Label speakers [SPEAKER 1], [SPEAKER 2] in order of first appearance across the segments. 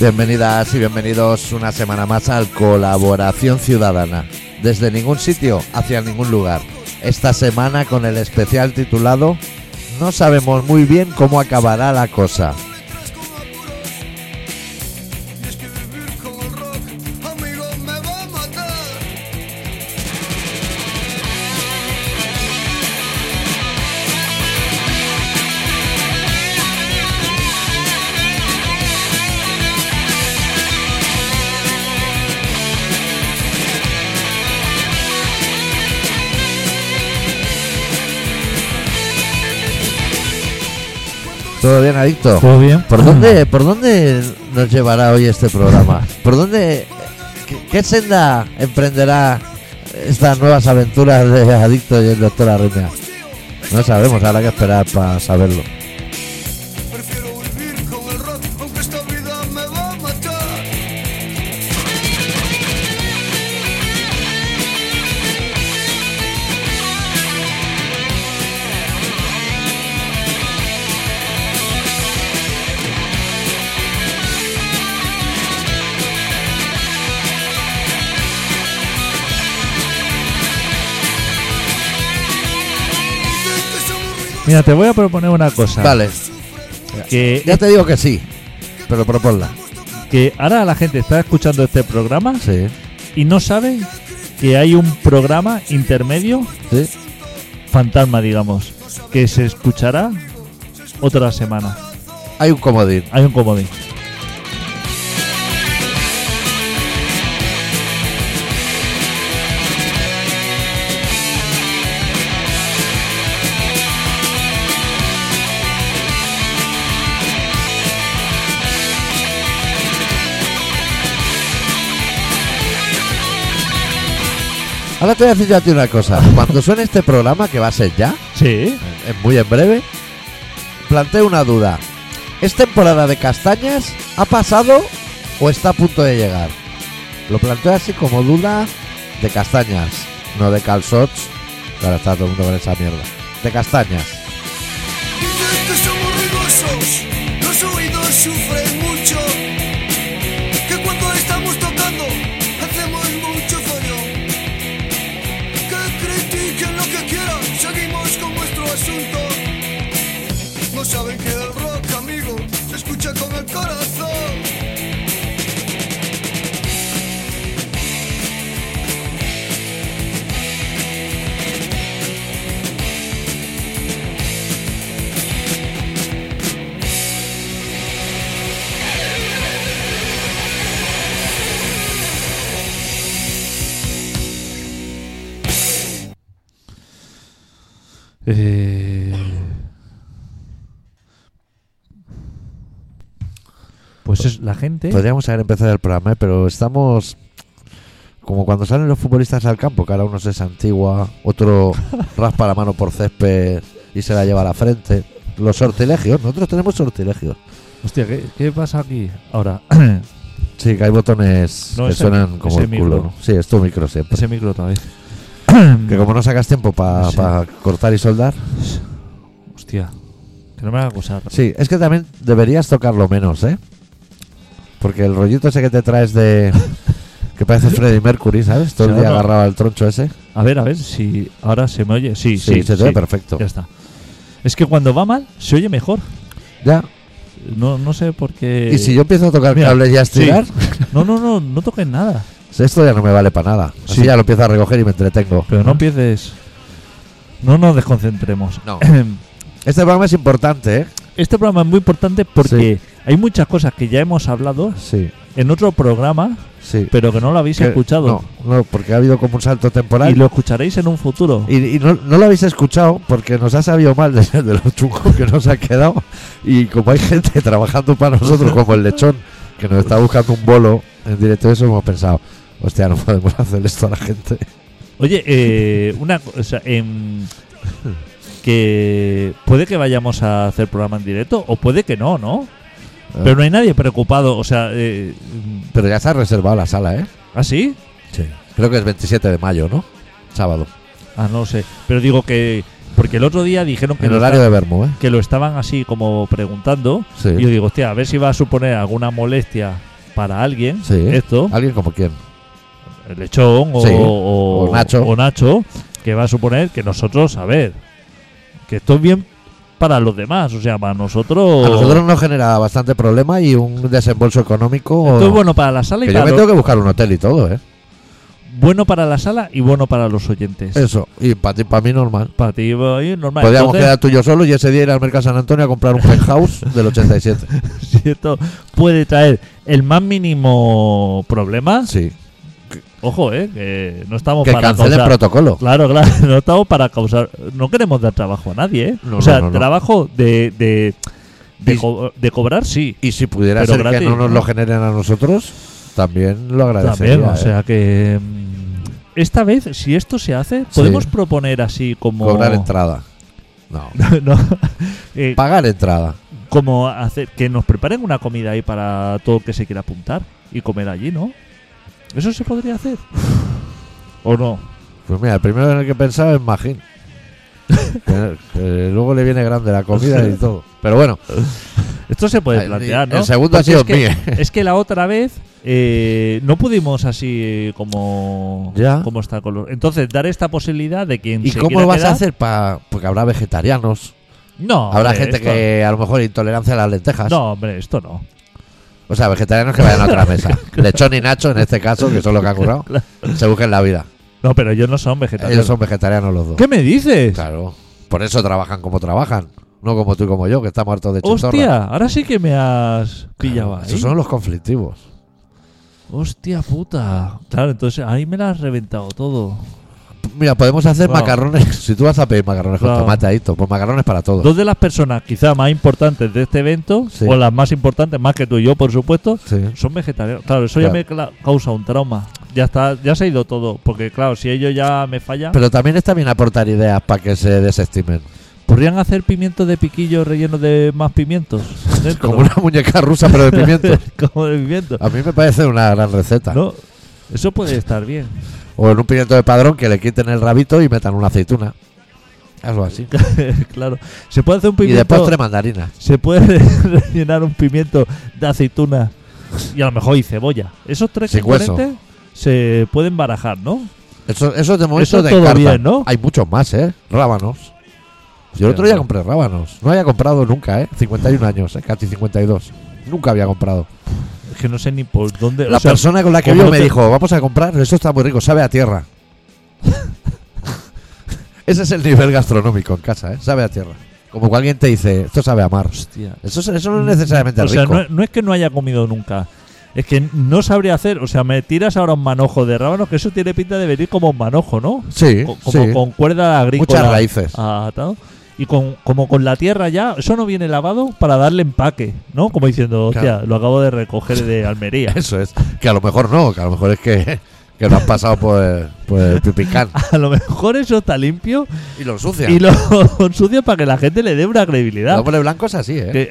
[SPEAKER 1] Bienvenidas y bienvenidos una semana más al Colaboración Ciudadana. Desde ningún sitio hacia ningún lugar. Esta semana con el especial titulado No sabemos muy bien cómo acabará la cosa.
[SPEAKER 2] Vives como puro Y es que vivir como el rock Amigo me va a matar
[SPEAKER 1] ¿Todo bien, Adicto?
[SPEAKER 3] ¿Todo bien?
[SPEAKER 1] ¿Por dónde, ¿Por dónde nos llevará hoy este programa? ¿Por dónde, qué, qué senda emprenderá estas nuevas aventuras de Adicto y el Doctor Arritmia? No sabemos, habrá que esperar para saberlo.
[SPEAKER 2] Prefiero vivir con el rock Aunque esta vida me va a matar Dicen que es aburrido
[SPEAKER 3] Ah, Mira, te voy a proponer una cosa.
[SPEAKER 1] Vale,
[SPEAKER 3] Que,
[SPEAKER 1] ya te digo que sí, pero proponla.
[SPEAKER 3] que ahora la gente está escuchando este programa
[SPEAKER 1] Sí,
[SPEAKER 3] y no sabe que hay un programa intermedio
[SPEAKER 1] sí.
[SPEAKER 3] fantasma, digamos, que se escuchará otra semana.
[SPEAKER 1] Hay un comodín.
[SPEAKER 3] Hay un comodín.
[SPEAKER 1] Ahora te voy a decir yo a ti una cosa. Cuando suene este programa, que va a ser ya,
[SPEAKER 3] Sí.
[SPEAKER 1] en- en muy en breve, planteo una duda. ¿Es temporada de castañas? ¿Ha pasado o está a punto de llegar? Lo planteo así como duda de castañas, no de calzots. que Ahora está todo el mundo con esa mierda. De castañas.
[SPEAKER 2] Dicen que este somos ruidosos, los oídos sufren mucho. Que cuando estamos tocando hacemos mucho fallo. Que critiquen lo que quieran, seguimos con nuestro asunto. No saben que el rock, amigo, se escucha con el corazón.
[SPEAKER 3] Eh, Pues es la gente.
[SPEAKER 1] Podríamos haber empezado el programa, ¿eh? pero estamos como cuando salen los futbolistas al campo, que ahora uno se santigua, otro raspa la mano por césped y se la lleva a la frente. Los sortilegios, nosotros tenemos sortilegios.
[SPEAKER 3] Hostia, ¿qué, qué pasa aquí ahora?
[SPEAKER 1] Sí, que hay botones
[SPEAKER 3] No,
[SPEAKER 1] que
[SPEAKER 3] ese-
[SPEAKER 1] suenan como
[SPEAKER 3] ese
[SPEAKER 1] el culo.
[SPEAKER 3] micro.
[SPEAKER 1] ¿no? Sí, es tu micro siempre.
[SPEAKER 3] Ese micro otra vez.
[SPEAKER 1] Que como no sacas tiempo para
[SPEAKER 3] Sí.
[SPEAKER 1] cortar y soldar.
[SPEAKER 3] Hostia, que no me haga acusar.
[SPEAKER 1] Sí, es que también deberías tocarlo menos, ¿eh? Porque el rollito ese que te traes de... que parece Freddie Mercury, ¿sabes? Todo el
[SPEAKER 3] Sí,
[SPEAKER 1] día
[SPEAKER 3] no.
[SPEAKER 1] agarrado al troncho ese.
[SPEAKER 3] A ver, a ver si ahora se me oye. Sí, sí,
[SPEAKER 1] Sí, se te ve perfecto.
[SPEAKER 3] Ya está. Es que cuando va mal, se oye mejor.
[SPEAKER 1] Ya,
[SPEAKER 3] No, no sé por qué.
[SPEAKER 1] Y si yo empiezo a tocar
[SPEAKER 3] Eh, Mira,
[SPEAKER 1] cables y a
[SPEAKER 3] Sí.
[SPEAKER 1] estirar,
[SPEAKER 3] No, no, no, no toques nada.
[SPEAKER 1] esto ya no me vale para nada. Así
[SPEAKER 3] Sí.
[SPEAKER 1] ya lo empiezo a recoger y me entretengo.
[SPEAKER 3] Pero no empieces. No nos desconcentremos.
[SPEAKER 1] No. Este programa es importante, ¿eh?
[SPEAKER 3] Este programa es muy importante porque hay muchas cosas que ya hemos hablado
[SPEAKER 1] Sí,
[SPEAKER 3] en otro programa,
[SPEAKER 1] sí.
[SPEAKER 3] pero que no lo habéis
[SPEAKER 1] Que-
[SPEAKER 3] escuchado.
[SPEAKER 1] No, no, porque ha habido como un salto temporal.
[SPEAKER 3] Y lo escucharéis en un futuro.
[SPEAKER 1] Y- y no, no lo habéis escuchado porque nos ha sabido mal de, de los chungos que nos ha quedado. Y como hay gente trabajando para nosotros, como el lechón, que nos está buscando un bolo en directo, eso hemos pensado, hostia, no podemos hacer esto a la gente.
[SPEAKER 3] Oye, eh, una cosa. em, que puede que vayamos a hacer programa en directo o puede que no, ¿no? Pero no hay nadie preocupado. O sea, eh,
[SPEAKER 1] Pero ya se ha reservado la sala, ¿eh?
[SPEAKER 3] ¿ah, sí?
[SPEAKER 1] Sí. Creo que es 27 de mayo, ¿no? Sábado.
[SPEAKER 3] Ah, no lo sé. Pero digo que, Porque el otro día dijeron que,
[SPEAKER 1] En
[SPEAKER 3] lo,
[SPEAKER 1] horario de
[SPEAKER 3] estaban,
[SPEAKER 1] Bermú, ¿eh?
[SPEAKER 3] que lo estaban así como preguntando.
[SPEAKER 1] Sí.
[SPEAKER 3] Y yo digo, hostia, a ver si va a suponer alguna molestia para alguien
[SPEAKER 1] Sí.
[SPEAKER 3] esto,
[SPEAKER 1] ¿Alguien como quién?
[SPEAKER 3] el lechón o,
[SPEAKER 1] Sí.
[SPEAKER 3] o-
[SPEAKER 1] O Nacho.
[SPEAKER 3] o Nacho, que va a suponer que nosotros, a ver, que esto es bien para los demás, o sea, para nosotros.
[SPEAKER 1] A nosotros nos genera bastante problema y un desembolso económico.
[SPEAKER 3] esto es bueno para la sala y
[SPEAKER 1] que yo
[SPEAKER 3] para
[SPEAKER 1] me
[SPEAKER 3] lo-
[SPEAKER 1] tengo que buscar un hotel y todo, ¿eh?
[SPEAKER 3] bueno para la sala y bueno para los oyentes.
[SPEAKER 1] Eso. Y para ti, para mí normal.
[SPEAKER 3] Para ti oye, normal.
[SPEAKER 1] Podríamos
[SPEAKER 3] Entonces,
[SPEAKER 1] quedar tú y yo solo y ese día ir al Mercado San Antonio a comprar un penthouse del 87.
[SPEAKER 3] si esto puede traer el más mínimo problema,
[SPEAKER 1] Sí.
[SPEAKER 3] ojo, eh, que no estamos
[SPEAKER 1] Que
[SPEAKER 3] para
[SPEAKER 1] cancelen
[SPEAKER 3] causar-
[SPEAKER 1] protocolo.
[SPEAKER 3] Claro, claro, no estamos para causar. No queremos dar trabajo a nadie, ¿eh?
[SPEAKER 1] No,
[SPEAKER 3] o sea,
[SPEAKER 1] no, no, no.
[SPEAKER 3] trabajo de. de de,
[SPEAKER 1] Y-
[SPEAKER 3] co- de cobrar, sí.
[SPEAKER 1] Y si pudiera
[SPEAKER 3] Pero
[SPEAKER 1] ser
[SPEAKER 3] gratis,
[SPEAKER 1] que no nos
[SPEAKER 3] ¿no?
[SPEAKER 1] lo generen a nosotros, también lo agradecería.
[SPEAKER 3] También, o
[SPEAKER 1] ¿eh?
[SPEAKER 3] sea que. mm, Esta vez, si esto se hace, podemos proponer así como.
[SPEAKER 1] Cobrar entrada. No.
[SPEAKER 3] no, eh,
[SPEAKER 1] Pagar entrada.
[SPEAKER 3] como hacer que nos preparen una comida ahí para todo el que se quiera apuntar y comer allí, ¿no? ¿Eso se podría hacer? ¿O no?
[SPEAKER 1] Pues mira, el primero en el que pensaba es Magín. que, que luego le viene grande la comida y todo. Pero bueno,
[SPEAKER 3] Esto se puede
[SPEAKER 1] el-
[SPEAKER 3] plantear, ¿no?
[SPEAKER 1] el segundo ha
[SPEAKER 3] Porque
[SPEAKER 1] sido
[SPEAKER 3] es que,
[SPEAKER 1] mío.
[SPEAKER 3] es que la otra vez eh, no pudimos así eh, como,
[SPEAKER 1] Ya.
[SPEAKER 3] como está con los- Entonces, dar esta posibilidad de quien
[SPEAKER 1] ¿y
[SPEAKER 3] se
[SPEAKER 1] cómo
[SPEAKER 3] quiera
[SPEAKER 1] lo vas a
[SPEAKER 3] quedar-
[SPEAKER 1] hacer? para Porque habrá vegetarianos,
[SPEAKER 3] No.
[SPEAKER 1] habrá
[SPEAKER 3] hombre,
[SPEAKER 1] gente
[SPEAKER 3] esto-
[SPEAKER 1] que a lo mejor intolerancia a las lentejas.
[SPEAKER 3] No, hombre, esto no.
[SPEAKER 1] O sea, vegetarianos que vayan a otra mesa. Lechón y Nacho, en este caso, que son los que han currado, se busquen la vida.
[SPEAKER 3] No, pero ellos no son vegetarianos.
[SPEAKER 1] Ellos son vegetarianos los dos.
[SPEAKER 3] ¿Qué me dices?
[SPEAKER 1] Claro. Por eso trabajan como trabajan. No como tú y como yo, que estamos hartos de chistorra.
[SPEAKER 3] Hostia, ahora sí que me has pillado ahí.
[SPEAKER 1] Esos son los conflictivos.
[SPEAKER 3] Hostia puta. Claro, entonces ahí me la has reventado todo.
[SPEAKER 1] Mira, podemos hacer
[SPEAKER 3] Claro.
[SPEAKER 1] macarrones. Si tú vas a pedir macarrones
[SPEAKER 3] Claro.
[SPEAKER 1] con tomate, ahí, pues macarrones para todos.
[SPEAKER 3] Dos de las personas quizá más importantes de este evento,
[SPEAKER 1] Sí.
[SPEAKER 3] o las más importantes, más que tú y yo, por supuesto,
[SPEAKER 1] Sí.
[SPEAKER 3] son vegetarianos. Claro, eso ya
[SPEAKER 1] Claro.
[SPEAKER 3] me cla- causa un trauma. Ya está, ya se ha ido todo. Porque claro, si ellos ya me fallan,
[SPEAKER 1] Pero también está bien aportar ideas para que se desestimen.
[SPEAKER 3] ¿podrían hacer pimientos de piquillo rellenos de más pimientos? dentro?
[SPEAKER 1] Como una muñeca rusa, pero de pimiento.
[SPEAKER 3] Como de pimiento.
[SPEAKER 1] A mí me parece una gran receta.
[SPEAKER 3] No, eso puede estar bien.
[SPEAKER 1] O en un pimiento de padrón que le quiten el rabito y metan una aceituna. Algo así.
[SPEAKER 3] claro. Se puede hacer un
[SPEAKER 1] Y
[SPEAKER 3] pimiento.
[SPEAKER 1] de postre mandarina.
[SPEAKER 3] se puede rellenar un pimiento de aceituna y a lo mejor y cebolla. Esos tres
[SPEAKER 1] Sin hueso.
[SPEAKER 3] componentes se pueden barajar, ¿no?
[SPEAKER 1] Eso, eso de momento
[SPEAKER 3] Eso
[SPEAKER 1] te
[SPEAKER 3] todo
[SPEAKER 1] encartan.
[SPEAKER 3] bien, ¿no?
[SPEAKER 1] Hay muchos más, ¿eh? Rábanos. Yo el otro día compré rábanos. No había comprado nunca, ¿eh? 51 años, ¿eh? casi 52. Nunca había comprado.
[SPEAKER 3] Es que no sé ni por dónde.
[SPEAKER 1] La
[SPEAKER 3] o sea,
[SPEAKER 1] persona con la que
[SPEAKER 3] como
[SPEAKER 1] vio
[SPEAKER 3] no
[SPEAKER 1] me
[SPEAKER 3] te-
[SPEAKER 1] dijo, vamos a comprar, eso está muy rico, sabe a tierra. Ese es el nivel gastronómico en casa, ¿eh? Sabe a tierra. Como que alguien te dice, esto sabe a mar.
[SPEAKER 3] hostia.
[SPEAKER 1] Eso, es- eso no es necesariamente
[SPEAKER 3] O sea,
[SPEAKER 1] rico.
[SPEAKER 3] no, no es que no haya comido nunca. Es que no sabría hacer. O sea, me tiras ahora un manojo de rábanos, que eso tiene pinta de venir como un manojo, ¿no?
[SPEAKER 1] Sí,
[SPEAKER 3] Co- como
[SPEAKER 1] sí.
[SPEAKER 3] con cuerda agrícola.
[SPEAKER 1] Muchas raíces.
[SPEAKER 3] Atado. Y con, como con la tierra ya, eso no viene lavado para darle empaque, ¿no? Como diciendo, hostia,
[SPEAKER 1] Claro.
[SPEAKER 3] lo acabo de recoger de Almería.
[SPEAKER 1] Eso es. Que a lo mejor no, que a lo mejor es que, que lo han pasado por, por el pipicán.
[SPEAKER 3] A lo mejor eso está limpio
[SPEAKER 1] Y lo ensucian.
[SPEAKER 3] y lo ensucian para que la gente le dé una credibilidad.
[SPEAKER 1] El hombre blanco es así, ¿eh?
[SPEAKER 3] Que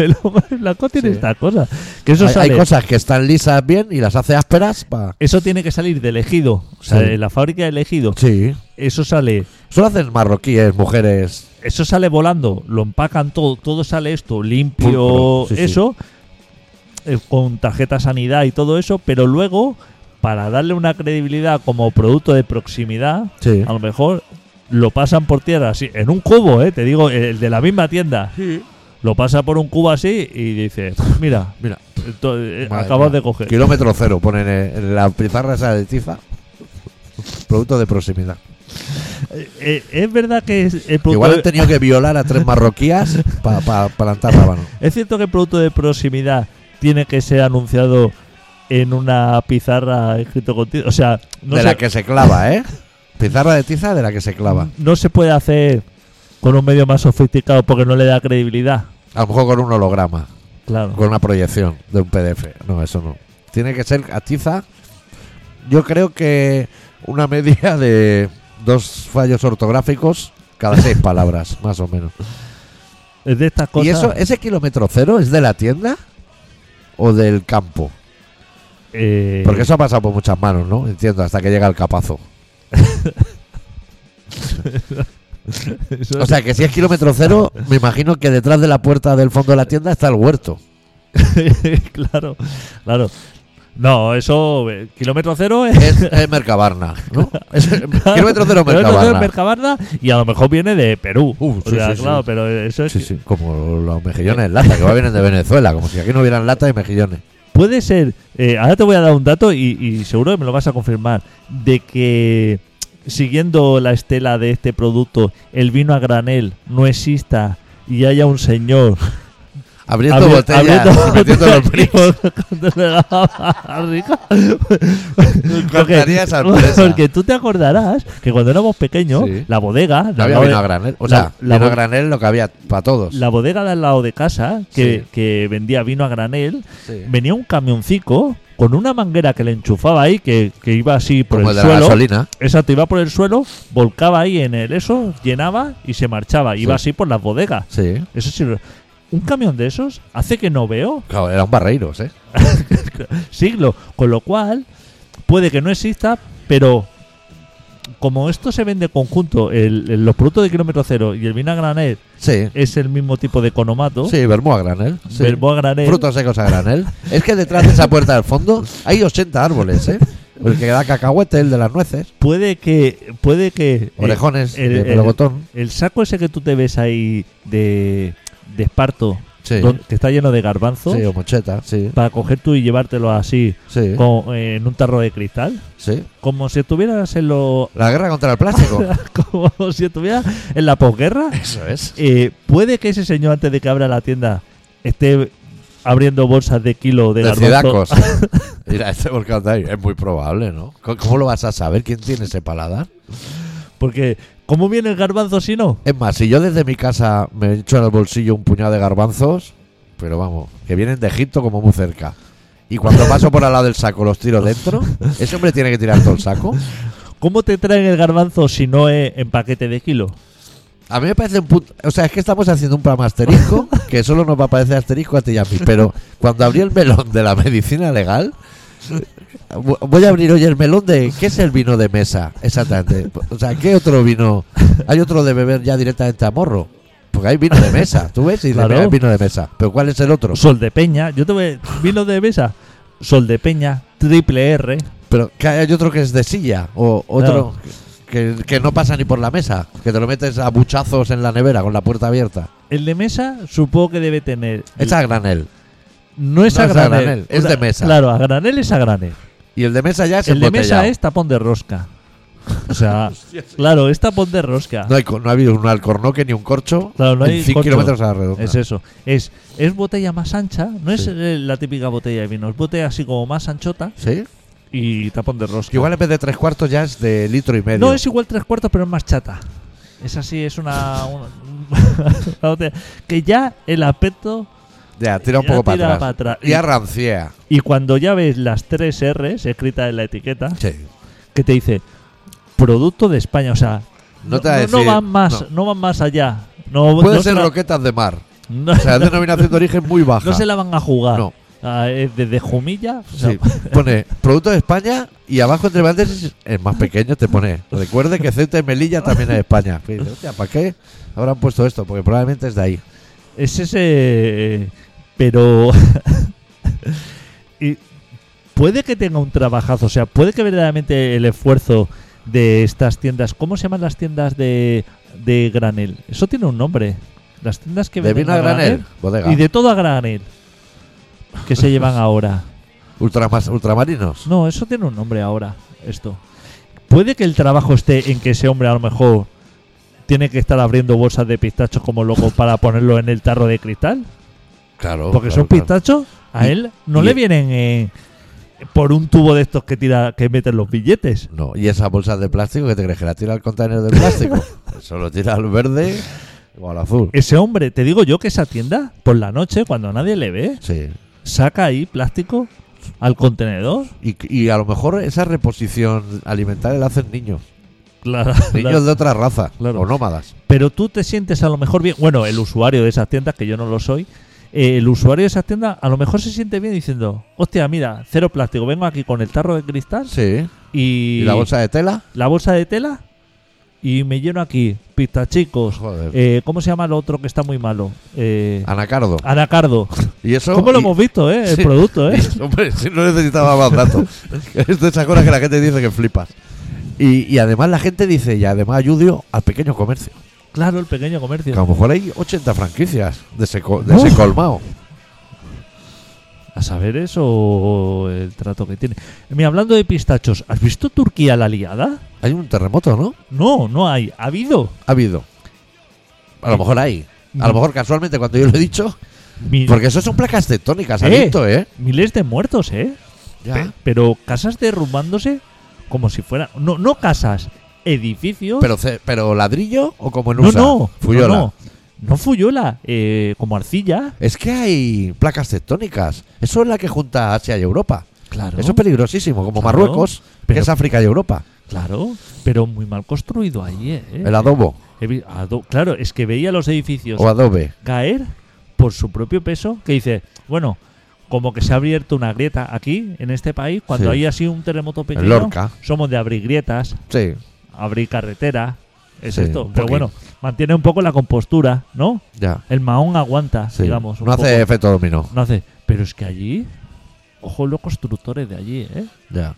[SPEAKER 3] el hombre blanco tiene
[SPEAKER 1] Sí.
[SPEAKER 3] estas cosas. Que eso
[SPEAKER 1] Hay- hay,
[SPEAKER 3] sale-
[SPEAKER 1] cosas que están lisas bien y las hace ásperas para...
[SPEAKER 3] Eso tiene que salir del ejido. O sea,
[SPEAKER 1] Sí.
[SPEAKER 3] de la fábrica del ejido.
[SPEAKER 1] Sí.
[SPEAKER 3] Eso sale.
[SPEAKER 1] Solo hacen marroquíes, mujeres...
[SPEAKER 3] Eso sale volando. Lo empacan todo. Todo sale esto,
[SPEAKER 1] Pulcro,
[SPEAKER 3] limpio.
[SPEAKER 1] sí, sí.
[SPEAKER 3] eso. eh, Con tarjeta sanidad y todo eso. Pero luego, para darle una credibilidad como producto de proximidad,
[SPEAKER 1] Sí.
[SPEAKER 3] a lo mejor lo pasan por tierra así, en un cubo, ¿eh? te digo, el de la misma tienda. Lo pasa por un cubo así y dice, mira,
[SPEAKER 1] Mira,
[SPEAKER 3] esto, eh,
[SPEAKER 1] Madre
[SPEAKER 3] acabas
[SPEAKER 1] mía.
[SPEAKER 3] de coger.
[SPEAKER 1] Kilómetro cero, ponen en, en la pizarra esa de tiza. Producto de proximidad.
[SPEAKER 3] Eh, eh, es verdad que es, el producto
[SPEAKER 1] Igual
[SPEAKER 3] de-
[SPEAKER 1] han tenido que violar a tres marroquías para plantar rábano.
[SPEAKER 3] es cierto que el producto de proximidad tiene que ser anunciado en una pizarra escrito contigo. O sea, no,
[SPEAKER 1] de
[SPEAKER 3] se,
[SPEAKER 1] la que se clava, ¿eh? Pizarra de tiza de la que se clava.
[SPEAKER 3] no se puede hacer con un medio más sofisticado porque no le da credibilidad.
[SPEAKER 1] A lo mejor con un holograma,
[SPEAKER 3] Claro.
[SPEAKER 1] con una proyección de un PDF. No, eso no. Tiene que ser a tiza. Yo creo que una media de dos fallos ortográficos cada seis palabras, más o menos.
[SPEAKER 3] Es de estas cosas.
[SPEAKER 1] ¿Y eso, ese kilómetro cero es de la tienda o del campo?
[SPEAKER 3] eh,
[SPEAKER 1] Porque eso ha pasado por muchas manos, ¿no? Entiendo, hasta que llega el capazo.
[SPEAKER 3] Eso
[SPEAKER 1] O sea, que si es kilómetro cero, me imagino que detrás de la puerta del fondo de la tienda está el huerto.
[SPEAKER 3] claro, claro. No, eso, eh, kilómetro cero es...
[SPEAKER 1] Es, es Mercabarna, ¿no? Es- kilómetro cero
[SPEAKER 3] Kilómetro cero es
[SPEAKER 1] Mercabarna.
[SPEAKER 3] Mercabarna y a lo mejor viene de Perú.
[SPEAKER 1] Uh,
[SPEAKER 3] O
[SPEAKER 1] sí,
[SPEAKER 3] sea,
[SPEAKER 1] sí,
[SPEAKER 3] claro,
[SPEAKER 1] sí.
[SPEAKER 3] pero eso es
[SPEAKER 1] Sí, sí, como los mejillones en lata, que va vienen de Venezuela, como si aquí no hubieran lata y mejillones.
[SPEAKER 3] Puede ser, eh, ahora te voy a dar un dato y, y seguro que me lo vas a confirmar, de que siguiendo la estela de este producto, el vino a granel no exista y haya un señor
[SPEAKER 1] Abriendo
[SPEAKER 3] abri-
[SPEAKER 1] botellas,
[SPEAKER 3] abriendo
[SPEAKER 1] metiendo los
[SPEAKER 3] botellas y botándole la barriga.
[SPEAKER 1] encantaría esa
[SPEAKER 3] Porque-
[SPEAKER 1] empresa.
[SPEAKER 3] Porque tú te acordarás que cuando éramos pequeños,
[SPEAKER 1] Sí.
[SPEAKER 3] la bodega,
[SPEAKER 1] No
[SPEAKER 3] la,
[SPEAKER 1] había
[SPEAKER 3] bo-
[SPEAKER 1] vino a granel. O
[SPEAKER 3] la-
[SPEAKER 1] sea,
[SPEAKER 3] la
[SPEAKER 1] vino a
[SPEAKER 3] bo-
[SPEAKER 1] granel lo que había para todos.
[SPEAKER 3] la bodega de al lado de casa, que,
[SPEAKER 1] Sí.
[SPEAKER 3] que vendía vino a granel,
[SPEAKER 1] Sí.
[SPEAKER 3] venía un camioncico con una manguera que le enchufaba ahí, que, que iba así por
[SPEAKER 1] Como el
[SPEAKER 3] el
[SPEAKER 1] de la
[SPEAKER 3] suelo.
[SPEAKER 1] gasolina.
[SPEAKER 3] Exacto, iba por el suelo, volcaba ahí en el eso, llenaba y se marchaba. Iba así por las bodegas.
[SPEAKER 1] Sí.
[SPEAKER 3] Eso sí, lo- un camión de esos hace que no veo
[SPEAKER 1] Claro, era un barreiros, ¿eh?
[SPEAKER 3] siglo. Con lo cual, puede que no exista, pero como esto se vende conjunto, el- el- los productos de kilómetro cero y el vino a granel
[SPEAKER 1] Sí.
[SPEAKER 3] es el mismo tipo de economato,
[SPEAKER 1] Sí, vermú a granel. Sí.
[SPEAKER 3] verbo a granel,
[SPEAKER 1] Frutos secos a granel. es que detrás de esa puerta del fondo hay 80 árboles, ¿eh? El que da cacahuete, el de las nueces,
[SPEAKER 3] puede que... Puede que
[SPEAKER 1] orejones,
[SPEAKER 3] el-
[SPEAKER 1] de
[SPEAKER 3] el-
[SPEAKER 1] melocotón.
[SPEAKER 3] El saco ese que tú te ves ahí de, de esparto,
[SPEAKER 1] Sí.
[SPEAKER 3] don- que está lleno de garbanzos,
[SPEAKER 1] Sí, o mocheta, sí.
[SPEAKER 3] para coger tú y llevártelo así
[SPEAKER 1] Sí,
[SPEAKER 3] con- eh, en un tarro de cristal,
[SPEAKER 1] sí.
[SPEAKER 3] como si estuvieras en lo...
[SPEAKER 1] La guerra contra el plástico.
[SPEAKER 3] como si estuvieras en la posguerra.
[SPEAKER 1] Eso es.
[SPEAKER 3] Eh, puede que ese señor antes de que abra la tienda esté abriendo bolsas de kilo de,
[SPEAKER 1] De
[SPEAKER 3] garbanzo.
[SPEAKER 1] cidacos. Mira, este volcán de ahí es muy probable, ¿no? ¿Cómo- ¿Cómo lo vas a saber quién tiene ese paladar?
[SPEAKER 3] Porque, ¿cómo viene el garbanzo si no?
[SPEAKER 1] Es más, si yo desde mi casa me echo en el bolsillo un puñado de garbanzos, pero vamos, que vienen de Egipto como muy cerca. Y cuando paso por al lado del saco los tiro dentro, ese hombre tiene que tirar todo el saco.
[SPEAKER 3] ¿Cómo te traen el garbanzo si no es en paquete de kilo?
[SPEAKER 1] A mí me parece un punto. O sea, es que estamos haciendo un programa asterisco, que solo nos va a parecer asterisco a ti y a mí. Pero cuando abrí el melón de la medicina legal, vo- voy a abrir hoy el melón de. ¿Qué es el vino de mesa? Exactamente. O sea, ¿qué otro vino? Hay otro de beber ya directamente a morro. Porque hay vino de mesa, ¿tú ves? Y dices,
[SPEAKER 3] Claro.
[SPEAKER 1] "Mira, el vino de mesa. Pero ¿cuál es el otro?
[SPEAKER 3] Sol de Peña, yo te voy, vi lo de mesa. Sol de Peña, triple R.
[SPEAKER 1] Pero que hay otro que es de silla, o otro que, que no pasa ni por la mesa, que te lo metes a buchazos en la nevera con la puerta abierta.
[SPEAKER 3] El de mesa supongo que debe tener.
[SPEAKER 1] Es a granel.
[SPEAKER 3] no es
[SPEAKER 1] no
[SPEAKER 3] a
[SPEAKER 1] es a
[SPEAKER 3] granel.
[SPEAKER 1] granel, es de mesa.
[SPEAKER 3] Claro, a granel es a granel.
[SPEAKER 1] Y el de mesa ya es
[SPEAKER 3] el de
[SPEAKER 1] embotellado.
[SPEAKER 3] mesa es tapón de rosca. O sea, claro, es tapón de rosca.
[SPEAKER 1] No, hay, co- no ha habido un alcornoque ni un corcho
[SPEAKER 3] Claro, no
[SPEAKER 1] en
[SPEAKER 3] hay
[SPEAKER 1] 100
[SPEAKER 3] corcho.
[SPEAKER 1] kilómetros a la redonda.
[SPEAKER 3] Es eso. Es, es botella más ancha, no es
[SPEAKER 1] Sí.
[SPEAKER 3] eh, la típica botella de vino, es botella así como más anchota
[SPEAKER 1] ¿Sí?
[SPEAKER 3] y tapón de
[SPEAKER 1] Que
[SPEAKER 3] rosca.
[SPEAKER 1] Igual en vez de tres cuartos ya es de litro y medio.
[SPEAKER 3] no es igual tres cuartos, pero es más chata. Es así, es una, una- una botella que ya el aspecto
[SPEAKER 1] Ya, tira un
[SPEAKER 3] ya
[SPEAKER 1] poco para
[SPEAKER 3] tira
[SPEAKER 1] atrás.
[SPEAKER 3] para atrás.
[SPEAKER 1] Y arrancea.
[SPEAKER 3] y cuando ya ves las tres R's escritas en la etiqueta
[SPEAKER 1] Sí.
[SPEAKER 3] que te dice producto de España, o sea,
[SPEAKER 1] No te va a decir-
[SPEAKER 3] van más,
[SPEAKER 1] no.
[SPEAKER 3] no. van más allá. No,
[SPEAKER 1] Pueden
[SPEAKER 3] no se
[SPEAKER 1] ser
[SPEAKER 3] la-
[SPEAKER 1] roquetas de mar.
[SPEAKER 3] no-
[SPEAKER 1] O sea, es denominación de origen muy baja.
[SPEAKER 3] no se la van a jugar.
[SPEAKER 1] No.
[SPEAKER 3] Ah, es desde Jumilla, o sea,
[SPEAKER 1] Sí. Pone producto de España y abajo entre bandas es más pequeño te pone. Recuerde que Ceuta y Melilla también es España. Y dice, "Hostia, ¿para qué habrán puesto esto? Porque probablemente es de ahí.
[SPEAKER 3] Es ese. Pero. y puede que tenga un trabajazo. O sea, puede que verdaderamente el esfuerzo de estas tiendas. ¿Cómo se llaman las tiendas de, de granel? Eso tiene un nombre. Las tiendas que
[SPEAKER 1] De
[SPEAKER 3] venden
[SPEAKER 1] vino a granel, bodega.
[SPEAKER 3] Y de todo a granel. Que se llevan ahora.
[SPEAKER 1] Ultramas- ultramarinos.
[SPEAKER 3] No, eso tiene un nombre ahora. Esto. Puede que el trabajo esté en que ese hombre a lo mejor. Tiene que estar abriendo bolsas de pistachos como loco para ponerlo en el tarro de cristal.
[SPEAKER 1] Claro.
[SPEAKER 3] Porque
[SPEAKER 1] claro,
[SPEAKER 3] son
[SPEAKER 1] claro.
[SPEAKER 3] pistachos, a
[SPEAKER 1] Y-
[SPEAKER 3] él no
[SPEAKER 1] y-
[SPEAKER 3] le vienen eh, por un tubo de estos que tira, que meten los billetes.
[SPEAKER 1] No, y esas bolsas de plástico que te crees que la tira al contenedor de plástico. Eso lo tira al verde o al azul.
[SPEAKER 3] Ese hombre, te digo yo que esa tienda, por la noche, cuando nadie le ve,
[SPEAKER 1] Sí.
[SPEAKER 3] saca ahí plástico al contenedor.
[SPEAKER 1] Y, y a lo mejor esa reposición alimentaria la hacen niños.
[SPEAKER 3] Claro,
[SPEAKER 1] Niños
[SPEAKER 3] claro.
[SPEAKER 1] de otras razas
[SPEAKER 3] Claro.
[SPEAKER 1] o nómadas.
[SPEAKER 3] Pero tú te sientes a lo mejor bien. Bueno, el usuario de esas tiendas, que yo no lo soy, eh, el usuario de esas tiendas a lo mejor se siente bien diciendo, hostia, mira, cero plástico, vengo aquí con el tarro de cristal
[SPEAKER 1] Sí.
[SPEAKER 3] y,
[SPEAKER 1] ¿Y la bolsa de tela?
[SPEAKER 3] la bolsa de tela y me lleno aquí, pistachicos.
[SPEAKER 1] Joder.
[SPEAKER 3] eh, ¿Cómo se llama el otro que está muy malo? Eh,
[SPEAKER 1] Anacardo.
[SPEAKER 3] anacardo.
[SPEAKER 1] Y eso,
[SPEAKER 3] ¿Cómo lo
[SPEAKER 1] y-
[SPEAKER 3] hemos visto, eh? El
[SPEAKER 1] sí.
[SPEAKER 3] producto, eh.
[SPEAKER 1] y- hombre, si no necesitaba más datos. es de esas cosas que la gente dice que flipas. Y, y además la gente dice, y además ayudo al pequeño comercio.
[SPEAKER 3] Claro, el pequeño
[SPEAKER 1] Que
[SPEAKER 3] comercio.
[SPEAKER 1] a lo mejor hay 80 franquicias de ese, co- de ese
[SPEAKER 3] Uf.
[SPEAKER 1] colmao.
[SPEAKER 3] A saber eso o el trato que tiene. Mira, hablando de pistachos, ¿has visto Turquía la liada?
[SPEAKER 1] Hay un terremoto, ¿no?
[SPEAKER 3] No, no hay. Ha habido.
[SPEAKER 1] Ha habido. A lo mejor hay. A lo mejor casualmente cuando yo lo he dicho.
[SPEAKER 3] Mi-
[SPEAKER 1] Porque eso son placas tectónicas,
[SPEAKER 3] Eh.
[SPEAKER 1] adicto, ¿eh?
[SPEAKER 3] Miles de muertos, ¿eh? Pe-
[SPEAKER 1] Ya.
[SPEAKER 3] Pero casas derrumbándose como si fuera... No, no casas, edificios...
[SPEAKER 1] Pero, ce- pero ladrillo o como en
[SPEAKER 3] no,
[SPEAKER 1] USA.
[SPEAKER 3] no,
[SPEAKER 1] Fuyola.
[SPEAKER 3] no, no. No fuyola, eh, como arcilla.
[SPEAKER 1] Es que hay placas tectónicas. Eso es la que junta Asia y Europa.
[SPEAKER 3] Claro.
[SPEAKER 1] Eso es peligrosísimo, como
[SPEAKER 3] Claro.
[SPEAKER 1] Marruecos, que
[SPEAKER 3] Pero-
[SPEAKER 1] es África y Europa.
[SPEAKER 3] Claro, pero muy mal construido ahí, ¿eh?
[SPEAKER 1] El adobo
[SPEAKER 3] He vi- ado- claro, es que veía los edificios
[SPEAKER 1] o adobe.
[SPEAKER 3] caer por su propio peso, que dice, bueno, como que se ha abierto una grieta aquí, en este país, cuando
[SPEAKER 1] Sí.
[SPEAKER 3] hay así un terremoto pequeño,
[SPEAKER 1] Lorca.
[SPEAKER 3] somos de abrir grietas,
[SPEAKER 1] Sí,
[SPEAKER 3] abrir carretera, es
[SPEAKER 1] Sí,
[SPEAKER 3] esto.
[SPEAKER 1] un
[SPEAKER 3] Pero
[SPEAKER 1] poquito.
[SPEAKER 3] bueno, mantiene un poco la compostura, ¿no?
[SPEAKER 1] ya.
[SPEAKER 3] El mahón aguanta,
[SPEAKER 1] Sí.
[SPEAKER 3] digamos. un
[SPEAKER 1] no hace
[SPEAKER 3] poco.
[SPEAKER 1] efecto dominó.
[SPEAKER 3] No hace. Pero es que allí, ojo los constructores de allí, ¿eh?
[SPEAKER 1] Ya.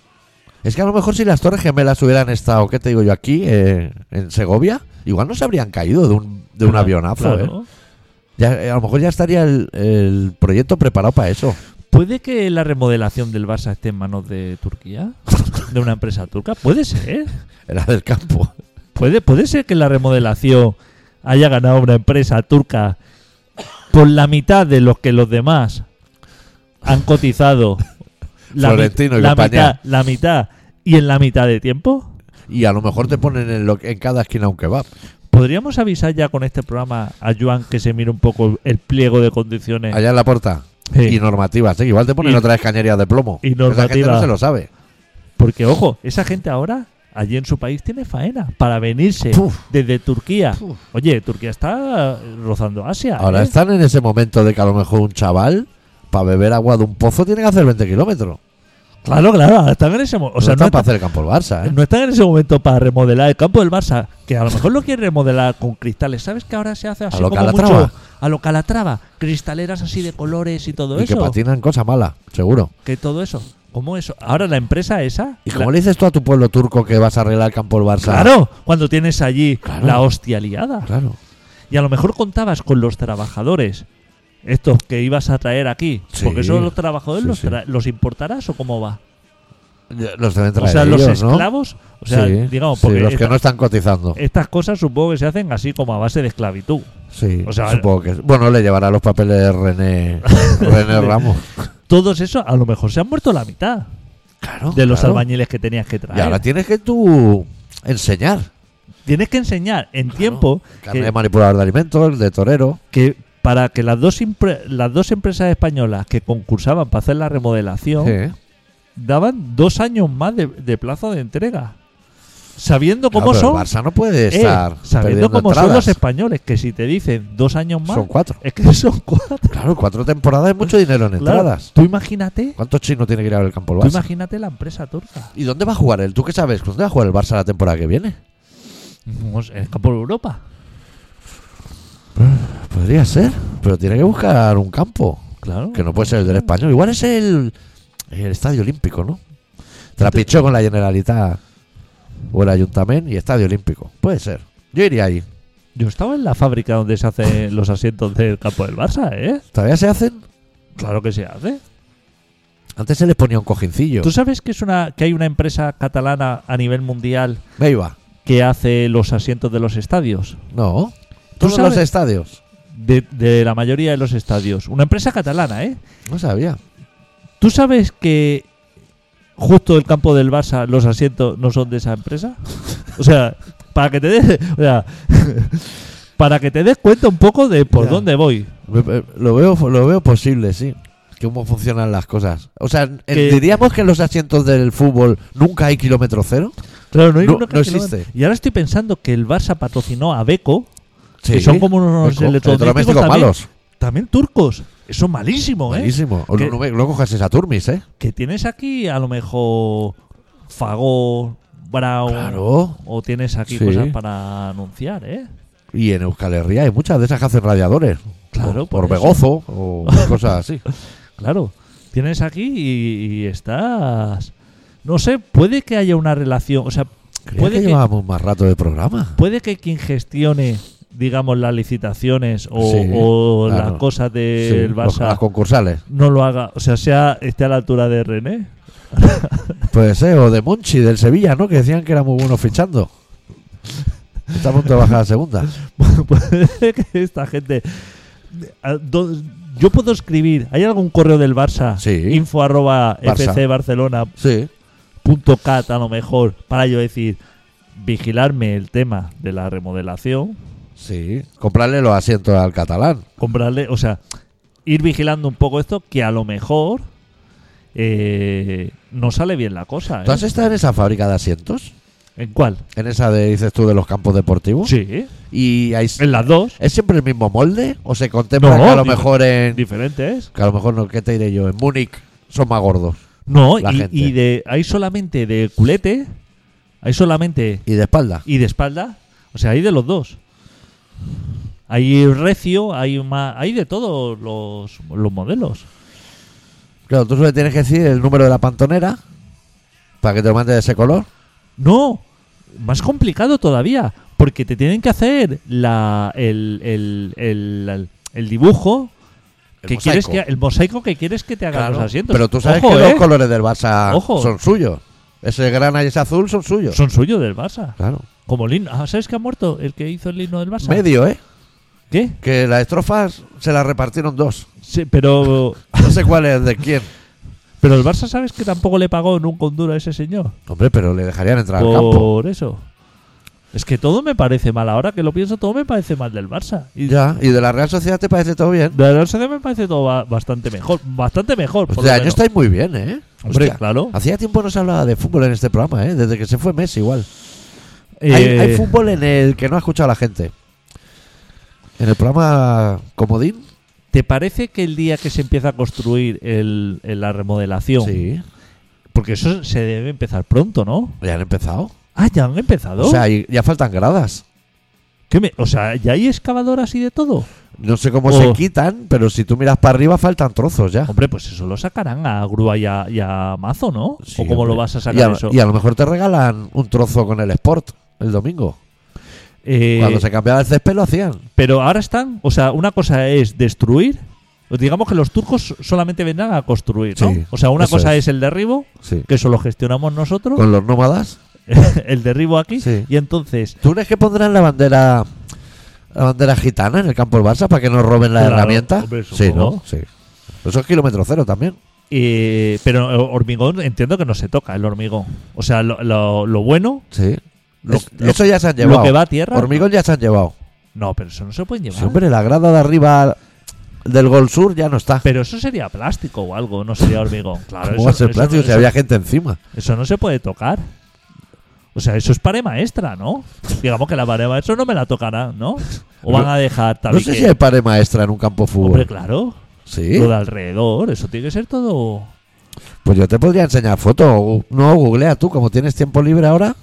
[SPEAKER 1] Es que a lo mejor si las Torres Gemelas hubieran estado, ¿qué te digo yo? Aquí, eh, en Segovia, igual no se habrían caído de un, de un
[SPEAKER 3] Claro,
[SPEAKER 1] avionazo, ¿eh?
[SPEAKER 3] claro.
[SPEAKER 1] Ya, eh, a lo mejor ya estaría el, el proyecto preparado para eso.
[SPEAKER 3] ¿Puede que la remodelación del Barça esté en manos de Turquía? ¿De una empresa turca? Puede ser.
[SPEAKER 1] Era del campo.
[SPEAKER 3] ¿Puede, puede ser que la remodelación haya ganado una empresa turca por la mitad de los que los demás han cotizado. mi-
[SPEAKER 1] Florentino y
[SPEAKER 3] la
[SPEAKER 1] compañía.
[SPEAKER 3] mitad, la mitad. ¿Y en la mitad de tiempo?
[SPEAKER 1] Y a lo mejor te ponen en, lo- en cada esquina un kebab.
[SPEAKER 3] ¿Podríamos avisar ya con este programa a Joan que se mire un poco el pliego de condiciones?
[SPEAKER 1] Allá en la puerta.
[SPEAKER 3] Eh. Sí.
[SPEAKER 1] Y normativas, ¿eh? Igual te ponen
[SPEAKER 3] Y-
[SPEAKER 1] otra cañerías de plomo.
[SPEAKER 3] y
[SPEAKER 1] Esa gente
[SPEAKER 3] normativa.
[SPEAKER 1] no se lo sabe.
[SPEAKER 3] Porque, ojo, esa gente ahora, allí en su país, tiene faena para venirse
[SPEAKER 1] Puf.
[SPEAKER 3] desde Turquía.
[SPEAKER 1] Puf.
[SPEAKER 3] Oye, Turquía está eh, rozando Asia.
[SPEAKER 1] Ahora
[SPEAKER 3] ¿eh?
[SPEAKER 1] están en ese momento de que a lo mejor un chaval, para beber agua de un pozo, tiene que hacer 20 kilómetros.
[SPEAKER 3] Claro, claro, ahora están en ese momento. O sea,
[SPEAKER 1] no,
[SPEAKER 3] no,
[SPEAKER 1] está para
[SPEAKER 3] está-
[SPEAKER 1] hacer el campo el Barça, ¿eh?
[SPEAKER 3] no están en ese momento para remodelar el campo del Barça, que a lo mejor lo quieren remodelar con cristales. ¿Sabes que ahora se hace así
[SPEAKER 1] lo
[SPEAKER 3] como
[SPEAKER 1] Calatrava.
[SPEAKER 3] mucho? A lo Calatrava. Cristaleras así de colores y todo
[SPEAKER 1] y que
[SPEAKER 3] eso.
[SPEAKER 1] patinan cosa mala, seguro.
[SPEAKER 3] Que todo eso. ¿Cómo eso? Ahora la empresa esa.
[SPEAKER 1] ¿Y
[SPEAKER 3] la-
[SPEAKER 1] como le dices tú a tu pueblo turco que vas a arreglar el campo el Barça?
[SPEAKER 3] Claro, cuando tienes allí
[SPEAKER 1] Claro.
[SPEAKER 3] la hostia liada.
[SPEAKER 1] Claro.
[SPEAKER 3] Y a lo mejor contabas con los trabajadores, estos que ibas a traer aquí.
[SPEAKER 1] Sí.
[SPEAKER 3] Porque eso los trabajadores
[SPEAKER 1] Sí,
[SPEAKER 3] los,
[SPEAKER 1] sí.
[SPEAKER 3] tra- los importarás o cómo va.
[SPEAKER 1] Los deben traer
[SPEAKER 3] o sea, los
[SPEAKER 1] ellos, ¿no?
[SPEAKER 3] esclavos, o sea,
[SPEAKER 1] Sí,
[SPEAKER 3] digamos,
[SPEAKER 1] sí,
[SPEAKER 3] porque
[SPEAKER 1] los que
[SPEAKER 3] esta-
[SPEAKER 1] no están cotizando.
[SPEAKER 3] estas cosas supongo que se hacen así como a base de esclavitud.
[SPEAKER 1] Sí,
[SPEAKER 3] o sea,
[SPEAKER 1] supongo que. Bueno, le llevará los papeles de René, René Ramos.
[SPEAKER 3] Todos esos a lo mejor se han muerto la mitad
[SPEAKER 1] Claro.
[SPEAKER 3] de los
[SPEAKER 1] claro.
[SPEAKER 3] albañiles que tenías que
[SPEAKER 1] Y
[SPEAKER 3] traer.
[SPEAKER 1] ahora tienes que tú enseñar.
[SPEAKER 3] Tienes que enseñar en tiempo
[SPEAKER 1] Carne de
[SPEAKER 3] que,
[SPEAKER 1] manipulador de alimentos, de torero.
[SPEAKER 3] que para que las dos, impre- las dos empresas españolas que concursaban para hacer la remodelación
[SPEAKER 1] Sí.
[SPEAKER 3] daban dos años más de, de plazo de entrega. Sabiendo
[SPEAKER 1] Claro,
[SPEAKER 3] cómo
[SPEAKER 1] pero
[SPEAKER 3] son.
[SPEAKER 1] El Barça no puede
[SPEAKER 3] eh,
[SPEAKER 1] estar.
[SPEAKER 3] sabiendo
[SPEAKER 1] perdiendo
[SPEAKER 3] cómo son
[SPEAKER 1] entradas.
[SPEAKER 3] los españoles, que si te dicen dos años más,
[SPEAKER 1] Son cuatro.
[SPEAKER 3] es que son cuatro.
[SPEAKER 1] Claro, cuatro temporadas es mucho dinero en
[SPEAKER 3] Claro,
[SPEAKER 1] entradas.
[SPEAKER 3] Tú imagínate,
[SPEAKER 1] ¿Cuántos chinos tiene que ir a ver el campo el
[SPEAKER 3] tú
[SPEAKER 1] Barça?
[SPEAKER 3] imagínate la empresa turca.
[SPEAKER 1] ¿Y dónde va a jugar él? ¿Tú qué sabes? Pues ¿Dónde va a jugar el Barça la temporada que viene?
[SPEAKER 3] No sé, Pues, es que por Europa.
[SPEAKER 1] Pues Podría ser, pero tiene que buscar un campo.
[SPEAKER 3] Claro.
[SPEAKER 1] Que no puede ser el del español. Igual es el, el Estadio Olímpico, ¿no? Trapichó con la Generalitat o el Ayuntamiento y Estadio Olímpico. Puede ser. Yo iría ahí.
[SPEAKER 3] Yo estaba en la fábrica donde se hacen los asientos del campo del Barça, ¿eh?
[SPEAKER 1] ¿Todavía se hacen?
[SPEAKER 3] Claro que se hace.
[SPEAKER 1] Antes se les ponía un cojincillo.
[SPEAKER 3] ¿Tú sabes que, es una, que hay una empresa catalana a nivel mundial
[SPEAKER 1] Me iba.
[SPEAKER 3] que hace los asientos de los estadios?
[SPEAKER 1] No.
[SPEAKER 3] ¿Tú
[SPEAKER 1] Todos los
[SPEAKER 3] sabes?
[SPEAKER 1] estadios.
[SPEAKER 3] De, de la mayoría de los estadios. Una empresa catalana, ¿eh?
[SPEAKER 1] No sabía.
[SPEAKER 3] ¿Tú sabes que justo el campo del Barça, los asientos no son de esa empresa? O sea, para que te des, o sea, para que te des cuenta un poco de por
[SPEAKER 1] Ya.
[SPEAKER 3] dónde voy.
[SPEAKER 1] Me- me- Lo veo, lo veo posible, sí. Cómo funcionan las cosas. O sea, en-
[SPEAKER 3] Que-
[SPEAKER 1] diríamos que en los asientos del fútbol nunca hay kilómetro cero.
[SPEAKER 3] Claro, no, hay
[SPEAKER 1] No,
[SPEAKER 3] uno que
[SPEAKER 1] no
[SPEAKER 3] se lo-
[SPEAKER 1] existe.
[SPEAKER 3] Y ahora estoy pensando que el Barça patrocinó a Beco,
[SPEAKER 1] Sí.
[SPEAKER 3] que son como unos
[SPEAKER 1] Eco-
[SPEAKER 3] electrodomésticos
[SPEAKER 1] electrodomésticos
[SPEAKER 3] también,
[SPEAKER 1] malos.
[SPEAKER 3] también turcos. Eso malísimo, ¿eh?
[SPEAKER 1] Buenísimo. O
[SPEAKER 3] Que-
[SPEAKER 1] No, no me- no cojas esa turmis, ¿eh?
[SPEAKER 3] Que tienes aquí a lo mejor Fagó, Brown.
[SPEAKER 1] Claro.
[SPEAKER 3] O tienes aquí
[SPEAKER 1] Sí.
[SPEAKER 3] cosas para anunciar, ¿eh?
[SPEAKER 1] Y en Euskal Herria hay muchas de esas que hacen radiadores.
[SPEAKER 3] Claro,
[SPEAKER 1] O- Por
[SPEAKER 3] por eso.
[SPEAKER 1] Begozo o cosas así.
[SPEAKER 3] Claro. Tienes aquí y, y estás. No sé, puede que haya una relación. O sea,
[SPEAKER 1] Creía
[SPEAKER 3] puede
[SPEAKER 1] que,
[SPEAKER 3] que,
[SPEAKER 1] llevábamos más rato de programa.
[SPEAKER 3] puede que quien gestione, digamos, las licitaciones o,
[SPEAKER 1] Sí,
[SPEAKER 3] o
[SPEAKER 1] claro.
[SPEAKER 3] las cosas
[SPEAKER 1] Sí, los-
[SPEAKER 3] del Eh, Barça
[SPEAKER 1] Las concursales.
[SPEAKER 3] no lo haga. O sea, sea esté a la altura de René.
[SPEAKER 1] Pues eh, o de Monchi, del Sevilla, ¿no? Que decían que era muy bueno fichando. Está a punto de bajar a segunda.
[SPEAKER 3] Puede que esta gente. a- do- Yo puedo escribir. ¿Hay algún correo del Barça?
[SPEAKER 1] Sí.
[SPEAKER 3] Info arroba
[SPEAKER 1] Barça.
[SPEAKER 3] fcbarcelona
[SPEAKER 1] Sí.
[SPEAKER 3] punto cat a lo mejor para yo decir vigilarme el tema de la remodelación,
[SPEAKER 1] Sí. Comprarle los asientos al catalán.
[SPEAKER 3] comprarle, o sea, ir vigilando un poco esto que a lo mejor eh, no sale bien la cosa.
[SPEAKER 1] ¿Tú
[SPEAKER 3] ¿eh?
[SPEAKER 1] has estado en esa fábrica de asientos?
[SPEAKER 3] ¿En cuál?
[SPEAKER 1] ¿En esa de, dices tú, de los campos deportivos?
[SPEAKER 3] Sí,
[SPEAKER 1] ¿Y hay,
[SPEAKER 3] en las dos,
[SPEAKER 1] es siempre el mismo molde? ¿O se contempla
[SPEAKER 3] No,
[SPEAKER 1] que a lo
[SPEAKER 3] digo-
[SPEAKER 1] mejor en...
[SPEAKER 3] diferentes.
[SPEAKER 1] Que a lo mejor, no, ¿qué te diré yo? En Múnich son más gordos.
[SPEAKER 3] No,
[SPEAKER 1] La
[SPEAKER 3] y,
[SPEAKER 1] gente.
[SPEAKER 3] y de hay solamente de culete, hay solamente
[SPEAKER 1] Y de espalda.
[SPEAKER 3] y de espalda, o sea, hay de los dos. Hay recio, hay ma- hay de todos los, los modelos.
[SPEAKER 1] Claro, tú solo tienes que decir el número de la pantonera para que te lo mande de ese color.
[SPEAKER 3] No, más complicado todavía, porque te tienen que hacer la, el, el, el- el- el dibujo
[SPEAKER 1] El
[SPEAKER 3] que
[SPEAKER 1] mosaico.
[SPEAKER 3] quieres que el mosaico que quieres que te hagan
[SPEAKER 1] Claro,
[SPEAKER 3] los asientos.
[SPEAKER 1] Pero tú sabes
[SPEAKER 3] Ojo,
[SPEAKER 1] que
[SPEAKER 3] ¿eh?
[SPEAKER 1] los colores del Barça
[SPEAKER 3] Ojo.
[SPEAKER 1] son suyos. Ese grana y ese azul son suyos.
[SPEAKER 3] son suyos del Barça.
[SPEAKER 1] Claro.
[SPEAKER 3] Como el himno. Ah, ¿Sabes que ha muerto el que hizo el himno del Barça?
[SPEAKER 1] Medio, ¿eh?
[SPEAKER 3] ¿Qué?
[SPEAKER 1] Que las estrofas se las repartieron dos.
[SPEAKER 3] Sí, pero,
[SPEAKER 1] No sé cuál es de quién.
[SPEAKER 3] pero el Barça, ¿sabes que tampoco le pagó nunca un duro a ese señor?
[SPEAKER 1] Hombre, pero le dejarían entrar al campo.
[SPEAKER 3] Por eso. Es que todo me parece mal. Ahora que lo pienso, todo me parece mal del Barça. Y
[SPEAKER 1] Ya, y de la Real Sociedad te parece todo bien.
[SPEAKER 3] De la Sociedad me parece todo ba- bastante mejor. Bastante mejor. por
[SPEAKER 1] Este
[SPEAKER 3] lo
[SPEAKER 1] año
[SPEAKER 3] menos.
[SPEAKER 1] estáis muy bien, ¿eh?
[SPEAKER 3] Hombre,
[SPEAKER 1] Hostia,
[SPEAKER 3] claro.
[SPEAKER 1] Hacía tiempo no se hablaba de fútbol en este programa, ¿eh? Desde que se fue Messi, igual.
[SPEAKER 3] Eh,
[SPEAKER 1] Hay, hay fútbol en el que no ha escuchado la gente. En el programa Comodín.
[SPEAKER 3] ¿Te parece que el día que se empieza a construir el, el- la remodelación?
[SPEAKER 1] Sí.
[SPEAKER 3] Porque eso se debe empezar pronto, ¿no?
[SPEAKER 1] Ya han empezado.
[SPEAKER 3] Ah, ya han empezado.
[SPEAKER 1] O sea, y- ya faltan gradas.
[SPEAKER 3] ¿Qué me- o sea, ¿ya hay excavadoras y de todo?
[SPEAKER 1] No sé cómo
[SPEAKER 3] Oh.
[SPEAKER 1] se quitan, pero si tú miras para arriba faltan trozos ya.
[SPEAKER 3] Hombre, pues eso lo sacarán a grúa y a, y a mazo, ¿no?
[SPEAKER 1] Sí,
[SPEAKER 3] ¿O cómo
[SPEAKER 1] hombre.
[SPEAKER 3] lo vas a
[SPEAKER 1] y a,
[SPEAKER 3] sacar eso?
[SPEAKER 1] y a lo mejor te regalan un trozo con el Sport el domingo.
[SPEAKER 3] Eh,
[SPEAKER 1] Cuando se cambiaba el césped lo hacían.
[SPEAKER 3] Pero ahora están, o sea, una cosa es destruir. pues Digamos que los turcos solamente vendrán a construir, ¿no?
[SPEAKER 1] Sí,
[SPEAKER 3] o sea, una
[SPEAKER 1] eso
[SPEAKER 3] cosa
[SPEAKER 1] es.
[SPEAKER 3] es. el derribo,
[SPEAKER 1] Sí.
[SPEAKER 3] que eso lo gestionamos nosotros,
[SPEAKER 1] Con los nómadas.
[SPEAKER 3] el derribo aquí,
[SPEAKER 1] Sí.
[SPEAKER 3] y entonces
[SPEAKER 1] ¿Tú crees que pondrán la bandera la bandera gitana en el campo del Barça para que nos roben la
[SPEAKER 3] Claro,
[SPEAKER 1] herramienta?
[SPEAKER 3] hombre,
[SPEAKER 1] sí,
[SPEAKER 3] supongo.
[SPEAKER 1] ¿no? Sí. Eso es kilómetro cero también.
[SPEAKER 3] Eh, pero eh, hormigón entiendo que no se toca el hormigón. O sea, lo, lo- lo bueno,
[SPEAKER 1] Sí.
[SPEAKER 3] Lo-
[SPEAKER 1] Es-
[SPEAKER 3] lo-
[SPEAKER 1] eso ya se han
[SPEAKER 3] lo
[SPEAKER 1] llevado.
[SPEAKER 3] que va a tierra.
[SPEAKER 1] Hormigón ya se han llevado.
[SPEAKER 3] no, pero eso no se puede llevar.
[SPEAKER 1] Sí, hombre, la grada de arriba del Gol Sur ya no está.
[SPEAKER 3] Pero eso sería plástico o algo, no sería hormigón. Claro,
[SPEAKER 1] ¿Cómo
[SPEAKER 3] eso,
[SPEAKER 1] va a ser
[SPEAKER 3] eso-
[SPEAKER 1] plástico si
[SPEAKER 3] eso-
[SPEAKER 1] había gente encima?
[SPEAKER 3] eso no se puede tocar. O sea, eso es pared maestra, ¿no? Digamos que la pared maestra no me la tocarán, ¿no? O van
[SPEAKER 1] No-
[SPEAKER 3] a dejar
[SPEAKER 1] No sé
[SPEAKER 3] tabique.
[SPEAKER 1] si hay pared maestra en un campo de fútbol.
[SPEAKER 3] Hombre, claro.
[SPEAKER 1] Sí.
[SPEAKER 3] Lo de alrededor, eso tiene que ser todo.
[SPEAKER 1] Pues yo te podría enseñar fotos. o- No, googlea tú, como tienes tiempo libre ahora.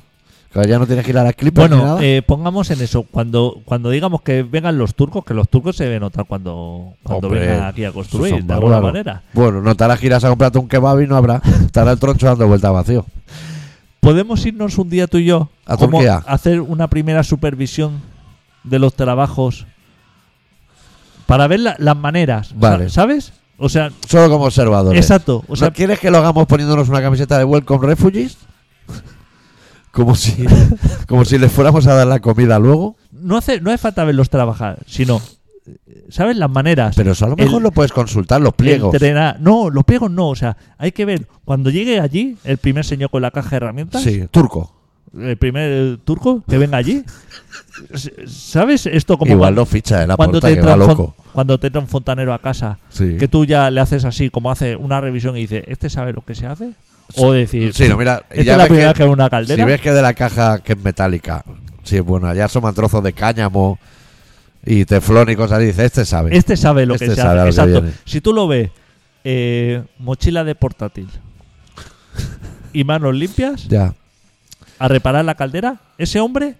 [SPEAKER 1] Que ya no tienes que ir a las clipas ni
[SPEAKER 3] Bueno,
[SPEAKER 1] nada.
[SPEAKER 3] eh, pongamos en eso. Cuando, cuando digamos que vengan los turcos, que los turcos se deben notar cuando, cuando
[SPEAKER 1] Hombre,
[SPEAKER 3] vengan aquí a
[SPEAKER 1] Eso
[SPEAKER 3] construir,
[SPEAKER 1] son
[SPEAKER 3] pues de alguna
[SPEAKER 1] bárbaros.
[SPEAKER 3] manera.
[SPEAKER 1] Bueno, notarás que irás a comprarte un kebab y no habrá. Estará el troncho dando vuelta vacío.
[SPEAKER 3] ¿Podemos irnos un día tú y yo
[SPEAKER 1] A
[SPEAKER 3] como
[SPEAKER 1] Turquía.
[SPEAKER 3] hacer una primera supervisión de los trabajos para ver la- las maneras? O sea,
[SPEAKER 1] Vale.
[SPEAKER 3] ¿Sabes? O sea,
[SPEAKER 1] Solo como observadores.
[SPEAKER 3] exacto. O sea,
[SPEAKER 1] ¿No quieres que lo hagamos poniéndonos una camiseta de Welcome Refugees? Como si, como si les fuéramos a dar la comida luego.
[SPEAKER 3] no hace, no hace falta verlos trabajar, sino, eh, ¿sabes? Las maneras.
[SPEAKER 1] Pero eso a lo mejor
[SPEAKER 3] El-
[SPEAKER 1] lo puedes consultar, los pliegos.
[SPEAKER 3] Entrenar- No, los pliegos no. O sea, hay que ver. Cuando llegue allí, el primer señor con la caja de herramientas,
[SPEAKER 1] Sí, turco.
[SPEAKER 3] el primer eh, turco que venga allí. S- ¿Sabes esto como
[SPEAKER 1] Igual
[SPEAKER 3] cuando,
[SPEAKER 1] lo ficha de la
[SPEAKER 3] cuando
[SPEAKER 1] puerta
[SPEAKER 3] te
[SPEAKER 1] que va
[SPEAKER 3] entra un fon-
[SPEAKER 1] loco.
[SPEAKER 3] cuando te entra un fontanero a casa?
[SPEAKER 1] Sí.
[SPEAKER 3] Que tú ya le haces así, como hace una revisión y dice, ¿este sabe lo que se hace? O decir,
[SPEAKER 1] Sí, no, mira,
[SPEAKER 3] esta
[SPEAKER 1] ya
[SPEAKER 3] es la
[SPEAKER 1] ves
[SPEAKER 3] primera vez
[SPEAKER 1] que-
[SPEAKER 3] que veo una
[SPEAKER 1] Si
[SPEAKER 3] caldera.
[SPEAKER 1] ves que de la caja que es metálica, sí, bueno, allá asoman trozos de cáñamo y teflón y cosas así, dice, este sabe.
[SPEAKER 3] Este sabe lo
[SPEAKER 1] Este
[SPEAKER 3] que se
[SPEAKER 1] sabe
[SPEAKER 3] hace.
[SPEAKER 1] a lo que
[SPEAKER 3] Exacto.
[SPEAKER 1] viene.
[SPEAKER 3] si tú lo ves, eh, mochila de portátil y manos limpias,
[SPEAKER 1] Ya.
[SPEAKER 3] a reparar la caldera, ese hombre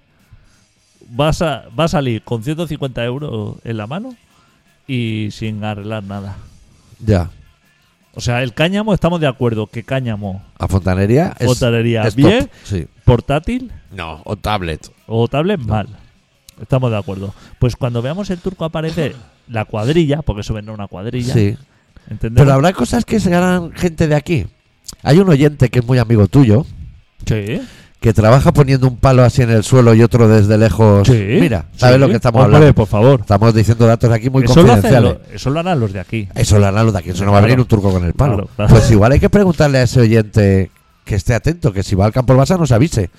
[SPEAKER 3] va a, sa- va a salir con 150 euros en la mano y sin arreglar nada.
[SPEAKER 1] Ya.
[SPEAKER 3] O sea, el cáñamo, estamos de acuerdo que cáñamo,
[SPEAKER 1] A fontanería es.
[SPEAKER 3] Fontanería,
[SPEAKER 1] es
[SPEAKER 3] bien.
[SPEAKER 1] top, Sí.
[SPEAKER 3] portátil
[SPEAKER 1] No, o tablet.
[SPEAKER 3] o tablet, mal. Estamos de acuerdo. Pues cuando veamos el turco aparece la cuadrilla, porque eso vendrá una cuadrilla.
[SPEAKER 1] Sí.
[SPEAKER 3] ¿entendemos?
[SPEAKER 1] Pero habrá cosas que se harán gente de aquí. Hay un oyente que es muy amigo tuyo,
[SPEAKER 3] Sí.
[SPEAKER 1] que trabaja poniendo un palo así en el suelo y otro desde lejos.
[SPEAKER 3] Sí,
[SPEAKER 1] Pues Mira, ¿sabes
[SPEAKER 3] sí.
[SPEAKER 1] lo que estamos
[SPEAKER 3] Hombre,
[SPEAKER 1] hablando?
[SPEAKER 3] por favor.
[SPEAKER 1] Estamos diciendo datos aquí muy ¿eh?
[SPEAKER 3] Eso lo, hacen
[SPEAKER 1] confidenciales.
[SPEAKER 3] lo- eso lo harán los de aquí.
[SPEAKER 1] Eso lo harán los de aquí, eso no va a
[SPEAKER 3] Claro.
[SPEAKER 1] venir un turco con el palo.
[SPEAKER 3] Claro, claro.
[SPEAKER 1] Pues igual hay que preguntarle a ese oyente que esté atento, que si va al campo Basa nos avise.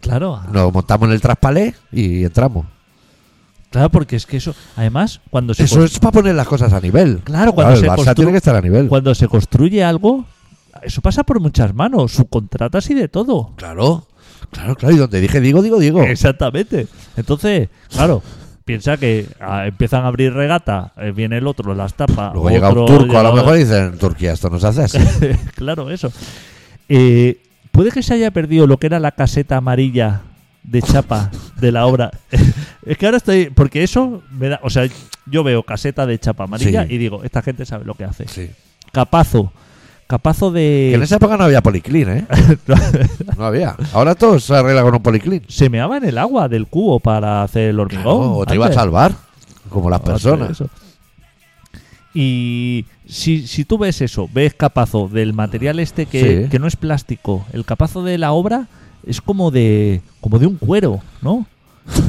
[SPEAKER 3] Claro,
[SPEAKER 1] Nos montamos en el traspalé y entramos.
[SPEAKER 3] claro, porque es que eso. Además, cuando se,
[SPEAKER 1] Eso
[SPEAKER 3] cons-
[SPEAKER 1] es para poner las cosas a nivel.
[SPEAKER 3] Pues Claro, cuando
[SPEAKER 1] el
[SPEAKER 3] se
[SPEAKER 1] Barça
[SPEAKER 3] constru-
[SPEAKER 1] tiene que estar a nivel.
[SPEAKER 3] cuando se construye algo, eso pasa por muchas manos, subcontratas y de todo.
[SPEAKER 1] Claro, claro, claro. Y donde dije digo, digo, digo.
[SPEAKER 3] Eh, Exactamente. Entonces, claro. Piensa que ah, empiezan a abrir regata, eh, viene el otro, las tapa.
[SPEAKER 1] Luego llega un
[SPEAKER 3] otro,
[SPEAKER 1] turco a lo
[SPEAKER 3] llega-
[SPEAKER 1] mejor y dicen, en Turquía esto nos hace así.
[SPEAKER 3] claro, eso. Eh, puede que se haya perdido lo que era la caseta amarilla de chapa de la obra. es que ahora estoy. Porque eso me da. O sea, yo veo caseta de chapa amarilla
[SPEAKER 1] Sí.
[SPEAKER 3] y digo, esta gente sabe lo que hace.
[SPEAKER 1] Sí.
[SPEAKER 3] Capazo. Capazo de.
[SPEAKER 1] Que en esa época no había policlín, ¿eh? No había. Ahora todo se arregla con un policlín.
[SPEAKER 3] se meaba en el agua del cubo para hacer el hormigón.
[SPEAKER 1] Claro, o Oh, te iba a
[SPEAKER 3] antes.
[SPEAKER 1] salvar, como las personas.
[SPEAKER 3] Eso. Y si, si tú ves eso, ves capazo del material este que,
[SPEAKER 1] Sí.
[SPEAKER 3] que no es plástico, el capazo de la obra es como de como de un cuero, ¿no?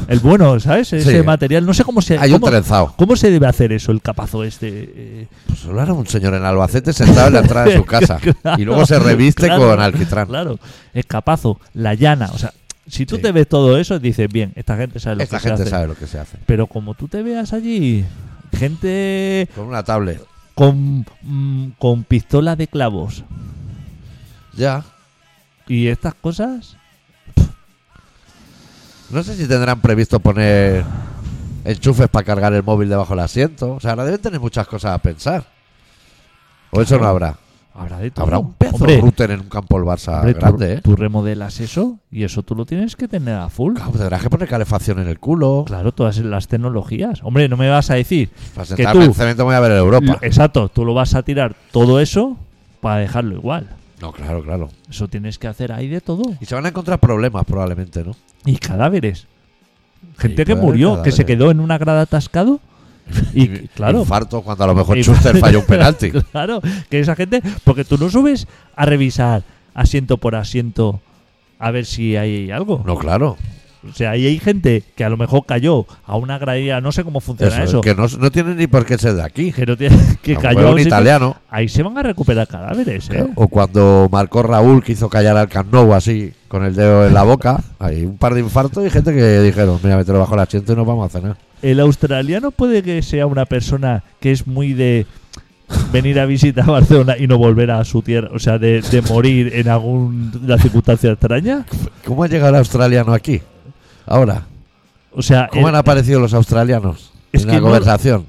[SPEAKER 3] El bueno, ¿sabes? Ese
[SPEAKER 1] Sí.
[SPEAKER 3] material, no sé cómo se
[SPEAKER 1] Eh, Hay un
[SPEAKER 3] cómo,
[SPEAKER 1] trenzado.
[SPEAKER 3] cómo se debe hacer eso, el capazo este. eh,
[SPEAKER 1] Pues solo era un señor en Albacete sentado en la entrada de su casa.
[SPEAKER 3] Claro,
[SPEAKER 1] y luego se reviste
[SPEAKER 3] claro,
[SPEAKER 1] con alquitrán.
[SPEAKER 3] Claro, el capazo, la llana, o sea, si tú
[SPEAKER 1] Sí.
[SPEAKER 3] te ves todo eso dices, bien, esta gente sabe lo
[SPEAKER 1] Esta
[SPEAKER 3] que se
[SPEAKER 1] gente
[SPEAKER 3] hace.
[SPEAKER 1] sabe lo que se hace.
[SPEAKER 3] Pero como tú te veas allí, gente
[SPEAKER 1] Con una tablet.
[SPEAKER 3] con, mm, con pistola de clavos
[SPEAKER 1] Ya.
[SPEAKER 3] y estas cosas,
[SPEAKER 1] No sé si tendrán previsto poner enchufes para cargar el móvil debajo del asiento. O sea, ahora deben tener muchas cosas a pensar. O eso no habrá.
[SPEAKER 3] habrá de todo.
[SPEAKER 1] Habrá un pedazo
[SPEAKER 3] Hombre,
[SPEAKER 1] de router en un campo del Barça
[SPEAKER 3] hombre, tú-
[SPEAKER 1] grande, ¿eh?
[SPEAKER 3] tú, remodelas eso y eso tú lo tienes que tener a full.
[SPEAKER 1] Claro, tendrás que poner calefacción en el culo.
[SPEAKER 3] Claro, todas las tecnologías. Hombre, no me vas a decir.
[SPEAKER 1] Para sentarme
[SPEAKER 3] tú-
[SPEAKER 1] en cemento voy a ver el Europa.
[SPEAKER 3] lo- eh. exacto, tú lo vas a tirar todo eso para dejarlo igual.
[SPEAKER 1] No, claro, claro.
[SPEAKER 3] Eso tienes que hacer ahí de todo.
[SPEAKER 1] Y se van a encontrar problemas probablemente, ¿no?
[SPEAKER 3] Y cadáveres.
[SPEAKER 1] Sí,
[SPEAKER 3] Gente que
[SPEAKER 1] puede haber
[SPEAKER 3] murió, que se
[SPEAKER 1] cadáveres.
[SPEAKER 3] quedó en una grada atascado. Y claro,
[SPEAKER 1] Infarto cuando a lo mejor
[SPEAKER 3] Y-
[SPEAKER 1] Schuster falló un penalti.
[SPEAKER 3] Claro, que esa gente. Porque tú no subes a revisar asiento por asiento a ver si hay algo.
[SPEAKER 1] No, claro.
[SPEAKER 3] O sea, ahí hay gente que a lo mejor cayó a una gradilla, no sé cómo funciona
[SPEAKER 1] Eso,
[SPEAKER 3] eso.
[SPEAKER 1] Que no, no tiene ni por qué ser de aquí.
[SPEAKER 3] que no tiene- que
[SPEAKER 1] A lo
[SPEAKER 3] cayó
[SPEAKER 1] mejor
[SPEAKER 3] a
[SPEAKER 1] un
[SPEAKER 3] un sitio-
[SPEAKER 1] italiano.
[SPEAKER 3] Ahí se van a recuperar cadáveres, ¿eh?
[SPEAKER 1] O cuando marcó Raúl que hizo callar al Camp Nou así, con el dedo en la boca. Hay un par de infartos y gente que dijeron, mira, mételo bajo el asiento y nos vamos a cenar.
[SPEAKER 3] El australiano puede que sea una persona que es muy de venir a visitar Barcelona y no volver a su tierra, o sea, de, de morir en alguna circunstancia extraña.
[SPEAKER 1] ¿Cómo ha llegado el australiano aquí? Ahora,
[SPEAKER 3] O sea,
[SPEAKER 1] ¿cómo
[SPEAKER 3] el-
[SPEAKER 1] han aparecido los australianos
[SPEAKER 3] Es
[SPEAKER 1] en
[SPEAKER 3] que
[SPEAKER 1] la
[SPEAKER 3] no-
[SPEAKER 1] conversación?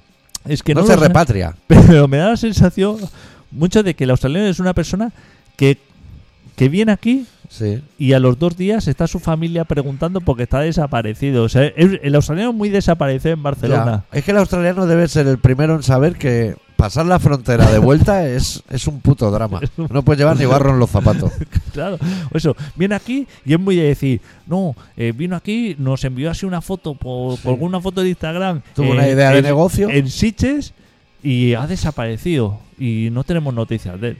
[SPEAKER 3] es que
[SPEAKER 1] no,
[SPEAKER 3] no,
[SPEAKER 1] se
[SPEAKER 3] lo sé.
[SPEAKER 1] repatria.
[SPEAKER 3] Pero me da la sensación mucho de que el australiano es una persona que, que viene aquí
[SPEAKER 1] Sí.
[SPEAKER 3] y a los dos días está su familia preguntando porque está desaparecido. O sea, es- el australiano es muy desaparecido en Barcelona.
[SPEAKER 1] Ya. Es que el australiano debe ser el primero en saber que pasar la frontera de vuelta es, es un puto drama. No puedes llevar ni barro en los zapatos.
[SPEAKER 3] Claro, eso. Viene aquí y es muy de decir, no, eh, vino aquí, nos envió así una foto, por, por alguna foto de Instagram.
[SPEAKER 1] Tuvo
[SPEAKER 3] eh,
[SPEAKER 1] una idea de
[SPEAKER 3] en-
[SPEAKER 1] negocio.
[SPEAKER 3] En Siches y ha desaparecido y no tenemos noticias de él.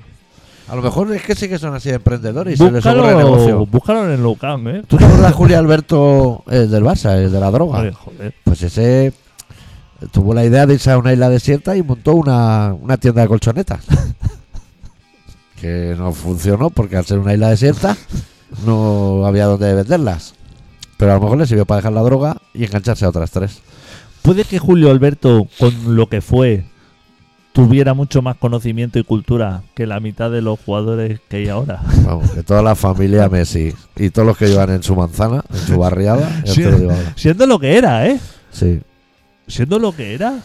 [SPEAKER 1] A lo mejor es que sí que son así de emprendedores y se les ocurre
[SPEAKER 3] Búscalo,
[SPEAKER 1] negocio.
[SPEAKER 3] búscalo en el Lucan, ¿eh?
[SPEAKER 1] ¿Tú te acuerdas de Julio Alberto el del Barça, el de la droga?
[SPEAKER 3] Joder, joder.
[SPEAKER 1] Pues ese tuvo la idea de irse a una isla desierta y montó una, una tienda de colchonetas. que no funcionó porque al ser una isla desierta no había donde venderlas. Pero a lo mejor le sirvió para dejar la droga y engancharse a otras tres.
[SPEAKER 3] ¿Puede que Julio Alberto, con lo que fue, tuviera mucho más conocimiento y cultura que la mitad de los jugadores que hay ahora?
[SPEAKER 1] Vamos, que toda la familia Messi y todos los que llevan en su manzana, en su barriada, ya
[SPEAKER 3] Sí.
[SPEAKER 1] te lo digo ahora.
[SPEAKER 3] Siendo lo que era, ¿eh?
[SPEAKER 1] Sí.
[SPEAKER 3] Siendo lo que era.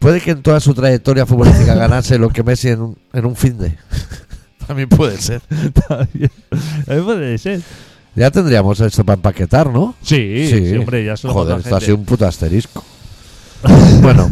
[SPEAKER 1] Puede que en toda su trayectoria futbolística ganase lo que Messi en un, en un fin de. También puede ser.
[SPEAKER 3] También también puede ser.
[SPEAKER 1] Ya tendríamos esto para empaquetar, ¿no?
[SPEAKER 3] Sí, sí, hombre, ya se lo
[SPEAKER 1] Joder,
[SPEAKER 3] manda
[SPEAKER 1] esto ha
[SPEAKER 3] gente.
[SPEAKER 1] sido un puto asterisco. bueno,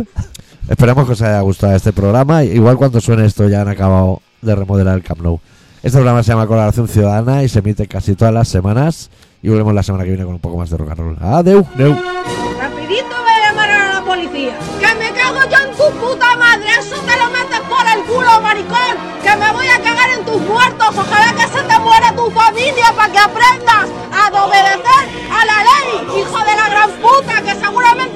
[SPEAKER 1] esperamos que os haya gustado este programa. Igual cuando suene esto ya han acabado de remodelar el Camp Nou. Este programa se llama Colaboración Ciudadana y se emite casi todas las semanas. Y volvemos la semana que viene con un poco más de rock and roll. ¡Adeu!
[SPEAKER 3] Deu.
[SPEAKER 4] Rapidito voy a llamar a la policía. Que me cago yo en tu puta madre. Eso te lo metes por el culo, maricón. Que me voy a cagar en tus muertos. Ojalá que se te muera tu familia para que aprendas a obedecer a la ley, hijo de la gran puta, que seguramente